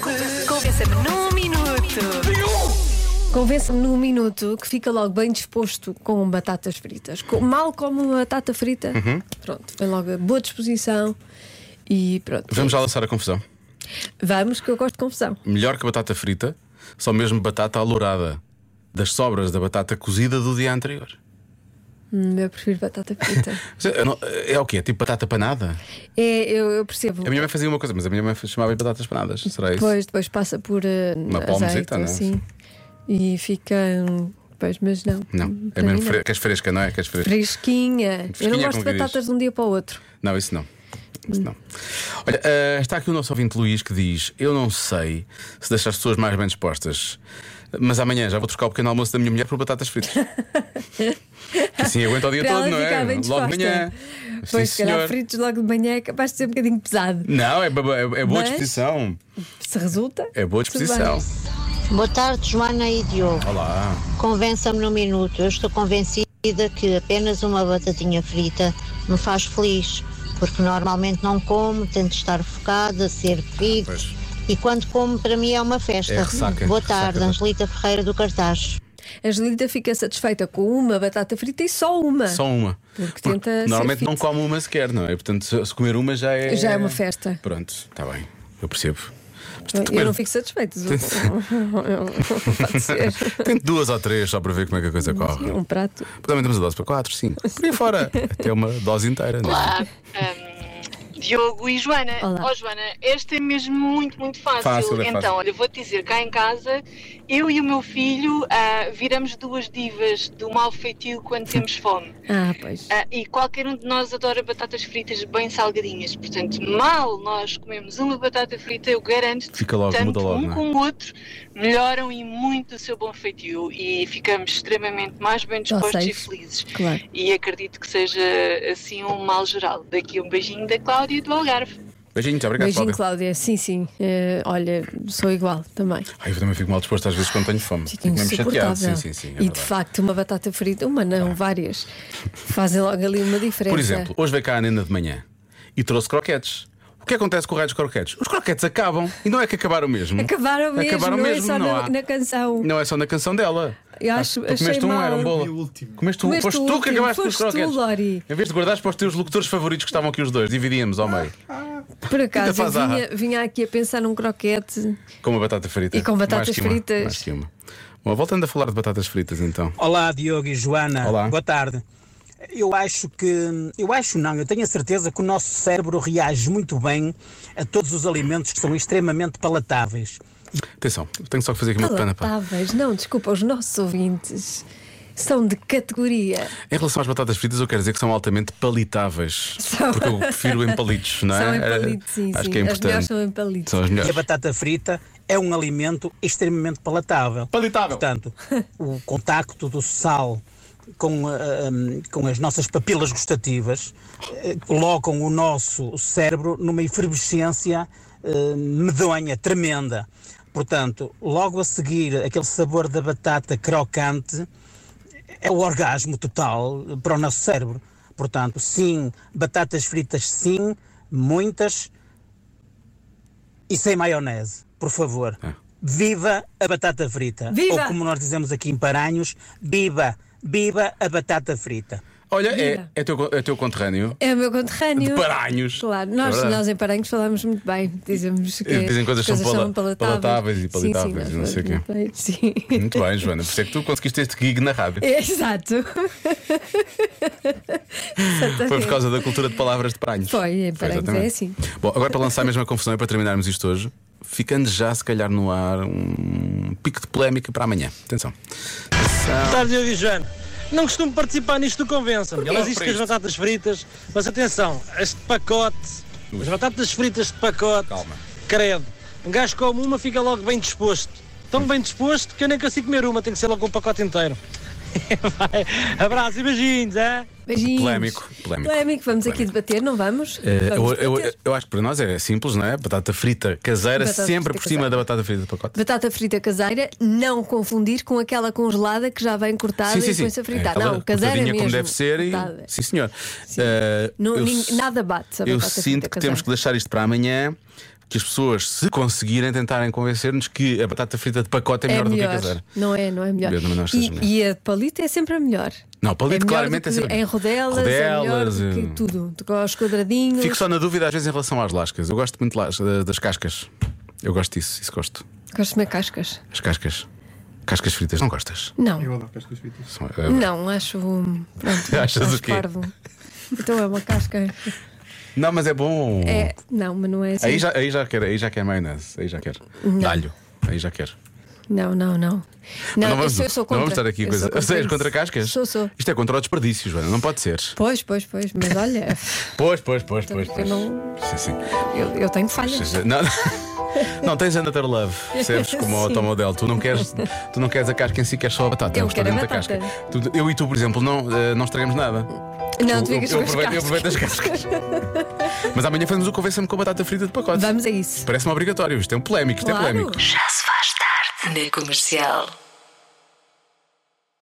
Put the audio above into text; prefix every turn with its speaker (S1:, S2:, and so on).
S1: Convença-me num minuto.
S2: Convence-me num minuto que fica logo bem disposto com batatas fritas. Com- mal como uma batata frita,
S3: Uhum.
S2: pronto, vem logo a boa disposição e pronto.
S3: Vamos já lançar a confusão.
S2: Vamos, que eu gosto de confusão.
S3: Melhor que batata frita, só mesmo batata alourada das sobras da batata cozida do dia anterior.
S2: Hum, Eu prefiro batata frita.
S3: Eu não- É o quê? Tipo batata panada?
S2: é, eu, eu percebo.
S3: A minha mãe fazia uma coisa, mas a minha mãe chamava batatas panadas. Será isso?
S2: Depois, depois passa por eh,
S3: Uma
S2: azeite
S3: palmozita,
S2: ou
S3: não é?
S2: assim e fica. hum, Pois, mas não.
S3: Não, é
S2: Para mim,
S3: mesmo
S2: não.
S3: fre... que és fresca, não é? Que és fresca.
S2: Fresquinha. Eu
S3: Fresquinha,
S2: não gosto de
S3: como que diz?
S2: batatas de um dia para o outro.
S3: Não, isso não. Isso não. Olha, eh, está aqui o nosso ouvinte Luís que diz: Eu não sei se deixo as pessoas mais bem dispostas, mas amanhã já vou trocar o pequeno almoço da minha mulher por batatas fritas. assim aguenta o dia
S2: Para
S3: todo,
S2: ela
S3: não é?
S2: ficar bem
S3: Logo de
S2: disposta.
S3: manhã.
S2: Pois,
S3: Sim,
S2: se calhar,
S3: senhor.
S2: fritos logo de manhã é capaz de ser um bocadinho pesado.
S3: Não, é, bo- é- é boa
S2: Mas-
S3: disposição.
S2: Se resulta.
S3: É boa
S2: tudo
S3: disposição.
S2: bem.
S4: Boa tarde, Joana e Diogo.
S3: Olá.
S4: Convença-me num minuto. Eu estou convencida que apenas uma batatinha frita me faz feliz, porque normalmente não como, tento estar focada, ser fit.
S3: Pois.
S4: E quando como, para mim é uma festa.
S3: É ressaca,
S4: Boa
S3: ressaca
S4: tarde,
S3: da-
S4: Angelita Ferreira do Cartaz.
S2: A Angelita fica satisfeita com uma batata frita e só uma.
S3: Só uma.
S2: Porque tenta ser
S3: normalmente
S2: fit.
S3: não come uma sequer, não é? Portanto, se se comer uma já é.
S2: Já é uma festa.
S3: Pronto, está bem. Eu percebo. Mas tento
S2: Eu
S3: comer-
S2: não fico satisfeita. Pode ser.
S3: Tento duas ou três só para ver como é que a coisa corre.
S2: Um prato.
S3: Também temos a dose para 4, 5. Por aí fora. Até uma dose inteira. não é?
S5: Olá, hum, Diogo e Joana.
S2: Olá.
S5: Oh, Joana, esta é mesmo muito, muito fácil.
S3: Fácil, é
S5: então,
S3: fácil.
S5: olha, vou-te dizer, cá em casa, eu e o meu filho ah, viramos duas divas do mau feitio quando temos fome.
S2: Ah, pois.
S5: Ah, e qualquer um de nós adora batatas fritas bem salgadinhas. Portanto, mal nós comemos uma batata frita, eu garanto-te
S3: Fica logo,
S5: que tanto
S3: muda logo,
S5: um
S3: não é?
S5: como o outro melhoram e muito o seu bom feitio e ficamos extremamente mais bem dispostos e
S2: Dóceis.
S5: felizes.
S2: Claro.
S5: E acredito que seja assim um mal geral. Daqui um beijinho da Cláudia e do Algarve.
S3: Beijinho, tchau, obrigado,
S2: Beijinho,
S3: Cláudia.
S2: Cláudia. Sim, sim. Eh, olha, sou igual também.
S3: Ai, eu também fico mal disposto às vezes quando tenho fome.
S2: Fica
S3: mesmo chateado.
S2: insuportável.
S3: Sim, sim, sim. é
S2: e de
S3: verdade. Tá.
S2: facto, uma batata frita, uma não, várias, fazem logo ali uma diferença.
S3: Por exemplo, hoje veio cá a Nena de manhã e trouxe croquetes. O que acontece com o raio dos croquetes? Os croquetes acabam e não é que acabaram mesmo.
S2: Acabaram mesmo,
S3: Acabaram
S2: não
S3: mesmo,
S2: é só
S3: não
S2: na,
S3: há.
S2: na canção.
S3: Não é só na canção dela.
S2: Eu acho-
S3: tu
S2: achei
S3: comeste um,
S2: mal.
S3: era um bolo. Comeste um,
S2: Comeste
S3: foste
S2: o
S3: tu que
S2: último,
S3: acabaste com os
S2: foste tu,
S3: croquetes.
S2: Lori.
S3: Em vez de guardares para os teus locutores favoritos que estavam aqui os dois, dividíamos ao meio.
S2: Por acaso, eu
S3: faz a-
S2: vinha, vinha aqui a pensar num croquete.
S3: Com uma batata frita.
S2: E com batatas
S3: Mais que uma,
S2: fritas.
S3: Mais que uma. Bom, voltando a falar de batatas fritas então.
S6: Olá, Diogo e Joana.
S3: Olá.
S6: Boa tarde. Eu acho que, eu acho não, eu tenho a certeza que o nosso cérebro reage muito bem a todos os alimentos que são extremamente palatáveis.
S3: Atenção, tenho só que fazer aqui uma pequena pá.
S2: Palatáveis, tá, não, desculpa, os nossos ouvintes são de categoria.
S3: Em relação às batatas fritas, eu quero dizer que são altamente palitáveis.
S2: São.
S3: Porque eu prefiro em palitos, não é?
S2: São em palitos, sim,
S3: Acho
S2: sim.
S3: que é
S2: As
S3: importante.
S2: melhores são em palitos.
S3: São as
S6: E a
S3: melhores.
S6: batata frita é um alimento extremamente palatável.
S3: Palatável.
S6: Portanto, o contacto do sal com, ah, hum, com as nossas papilas gustativas eh, colocam o nosso cérebro numa efervescência eh, medonha, tremenda. Portanto, logo a seguir, aquele sabor da batata crocante é o orgasmo total para o nosso cérebro. Portanto, sim, batatas fritas, sim, muitas e sem maionese, por favor. Viva a batata frita.
S2: Viva!
S6: Ou como nós dizemos aqui em Paranhos, viva, viva a batata frita.
S3: Olha, é,
S2: Mira.
S3: é, teu, é teu conterrâneo.
S2: É o meu
S3: De
S2: conterrâneo.
S3: Paranhos.
S2: Claro,
S3: É
S2: nós,
S3: verdade.
S2: nós em Paranhos falamos muito bem. Dizemos que
S3: Dizem coisas
S2: as
S3: são pala-
S2: palatáveis.
S3: palatáveis e
S2: Sim,
S3: palitáveis,
S2: sim,
S3: não sei o quê.
S2: quê. Sim.
S3: Muito bem, Joana. Por isso é que tu conseguiste este gig na rádio.
S2: É, Exato.
S3: Foi por causa da cultura de palavras de Paranhos.
S2: é. Foi, em Paranhos
S3: exatamente.
S2: é assim.
S3: Bom, agora para lançar a mesma confusão e para terminarmos isto hoje, ficando já, se calhar, no ar um pico de polémica para amanhã. Atenção.
S7: Boa tarde, Diogo e Joana. Não costumo participar nisto do Convença-me, mas isto
S3: Por
S7: com as
S3: isto?
S7: batatas fritas. Mas atenção, este pacote, as batatas fritas de pacote,
S3: Calma.
S7: credo. Um gajo come uma, fica logo bem disposto. Tão bem disposto que eu nem consigo comer uma, tem que ser logo um pacote inteiro. Vai. Abraço e beijinhos, é?
S2: Beijinhos.
S3: Polémico, polémico.
S2: Vamos aqui debater, não vamos?
S3: Eh,
S2: vamos
S3: eu, eu-
S2: debater.
S3: eu acho que para nós é simples, não é? Batata frita caseira,
S2: Batata frita
S3: sempre por cima
S2: caseira.
S3: da batata frita do pacote.
S2: Batata frita caseira, não confundir com aquela congelada que já vem cortada e depois a fritar.
S3: É,
S2: não,
S3: ela
S2: caseira
S3: cortadinha
S2: mesmo.
S3: como deve ser e.
S2: Cortada.
S3: Sim, senhor. Eh,
S2: Não,
S3: eu
S2: nin-
S3: s-
S2: nada bate a
S3: Eu
S2: batata frita
S3: sinto que temos
S2: caseira.
S3: que deixar isto para amanhã, que as pessoas, se conseguirem, tentarem convencer-nos que a batata frita de pacote é
S2: É
S3: melhor,
S2: melhor,
S3: do que a caseira.
S2: não é? Não é melhor.
S3: Eu também não acho que seja melhor.
S2: e, e a palito é sempre a melhor.
S3: Não, palito
S2: É melhor
S3: claramente
S2: do
S3: é
S2: que
S3: sempre-
S2: Em rodelas,
S3: Rodelas,
S2: é melhor do
S3: eh,
S2: que tudo. Do que aos quadradinhos.
S3: Fico só na dúvida às vezes em relação às lascas. Eu gosto muito de las- da- das cascas. Eu gosto disso, isso gosto.
S2: Gosto de comer cascas.
S3: As cascas. Cascas fritas, não gostas?
S2: Não.
S3: São- eh,
S2: Não, acho. um, Pronto,
S3: Achas
S2: acho
S3: o quê?
S2: parvo. Então é uma casca.
S3: Não, mas é bom.
S2: É, não, mas não é assim.
S3: Aí, já, aí já quer, aí já quer maionese, aí já quer. Dalho, aí já quer.
S2: Não, não, não. Não,
S3: Não
S2: eu,
S3: vamos,
S2: sou, eu sou
S3: não
S2: contra.
S3: vamos estar aqui
S2: Eu
S3: coisa.
S2: sou contra
S3: Sério,
S2: isso.
S3: contra cascas?
S2: Sou, sou.
S3: Isto é contra o desperdício, Joana, não pode ser.
S2: Pois, pois, pois. Mas olha,
S3: Pois, pois, pois, pois.
S2: Eu
S3: pois.
S2: não- Ah,
S3: Sim, sim.
S2: eu, eu tenho falhas.
S3: Não, não tens another love, percebes como o
S2: Sim.
S3: automodel. Tu não, queres, tu não queres a casca em si, queres só a batata.
S2: Eu
S3: não está
S2: quero a
S3: dentro da
S2: batata.
S3: casca. Tu- eu e tu, por exemplo, não, eh, não estragamos nada.
S2: Não,
S3: eu,
S2: tu ficas
S3: eu,
S2: com
S3: eu
S2: as
S3: aproveito, eu aproveito as
S2: cascas.
S3: cascas. Mas amanhã fazemos o convença-me com batata frita de pacote.
S2: Vamos a isso.
S3: Parece-me obrigatório, isto é um polémico, isto é
S2: Claro.
S3: polémico.
S1: Já se faz tarde na comercial.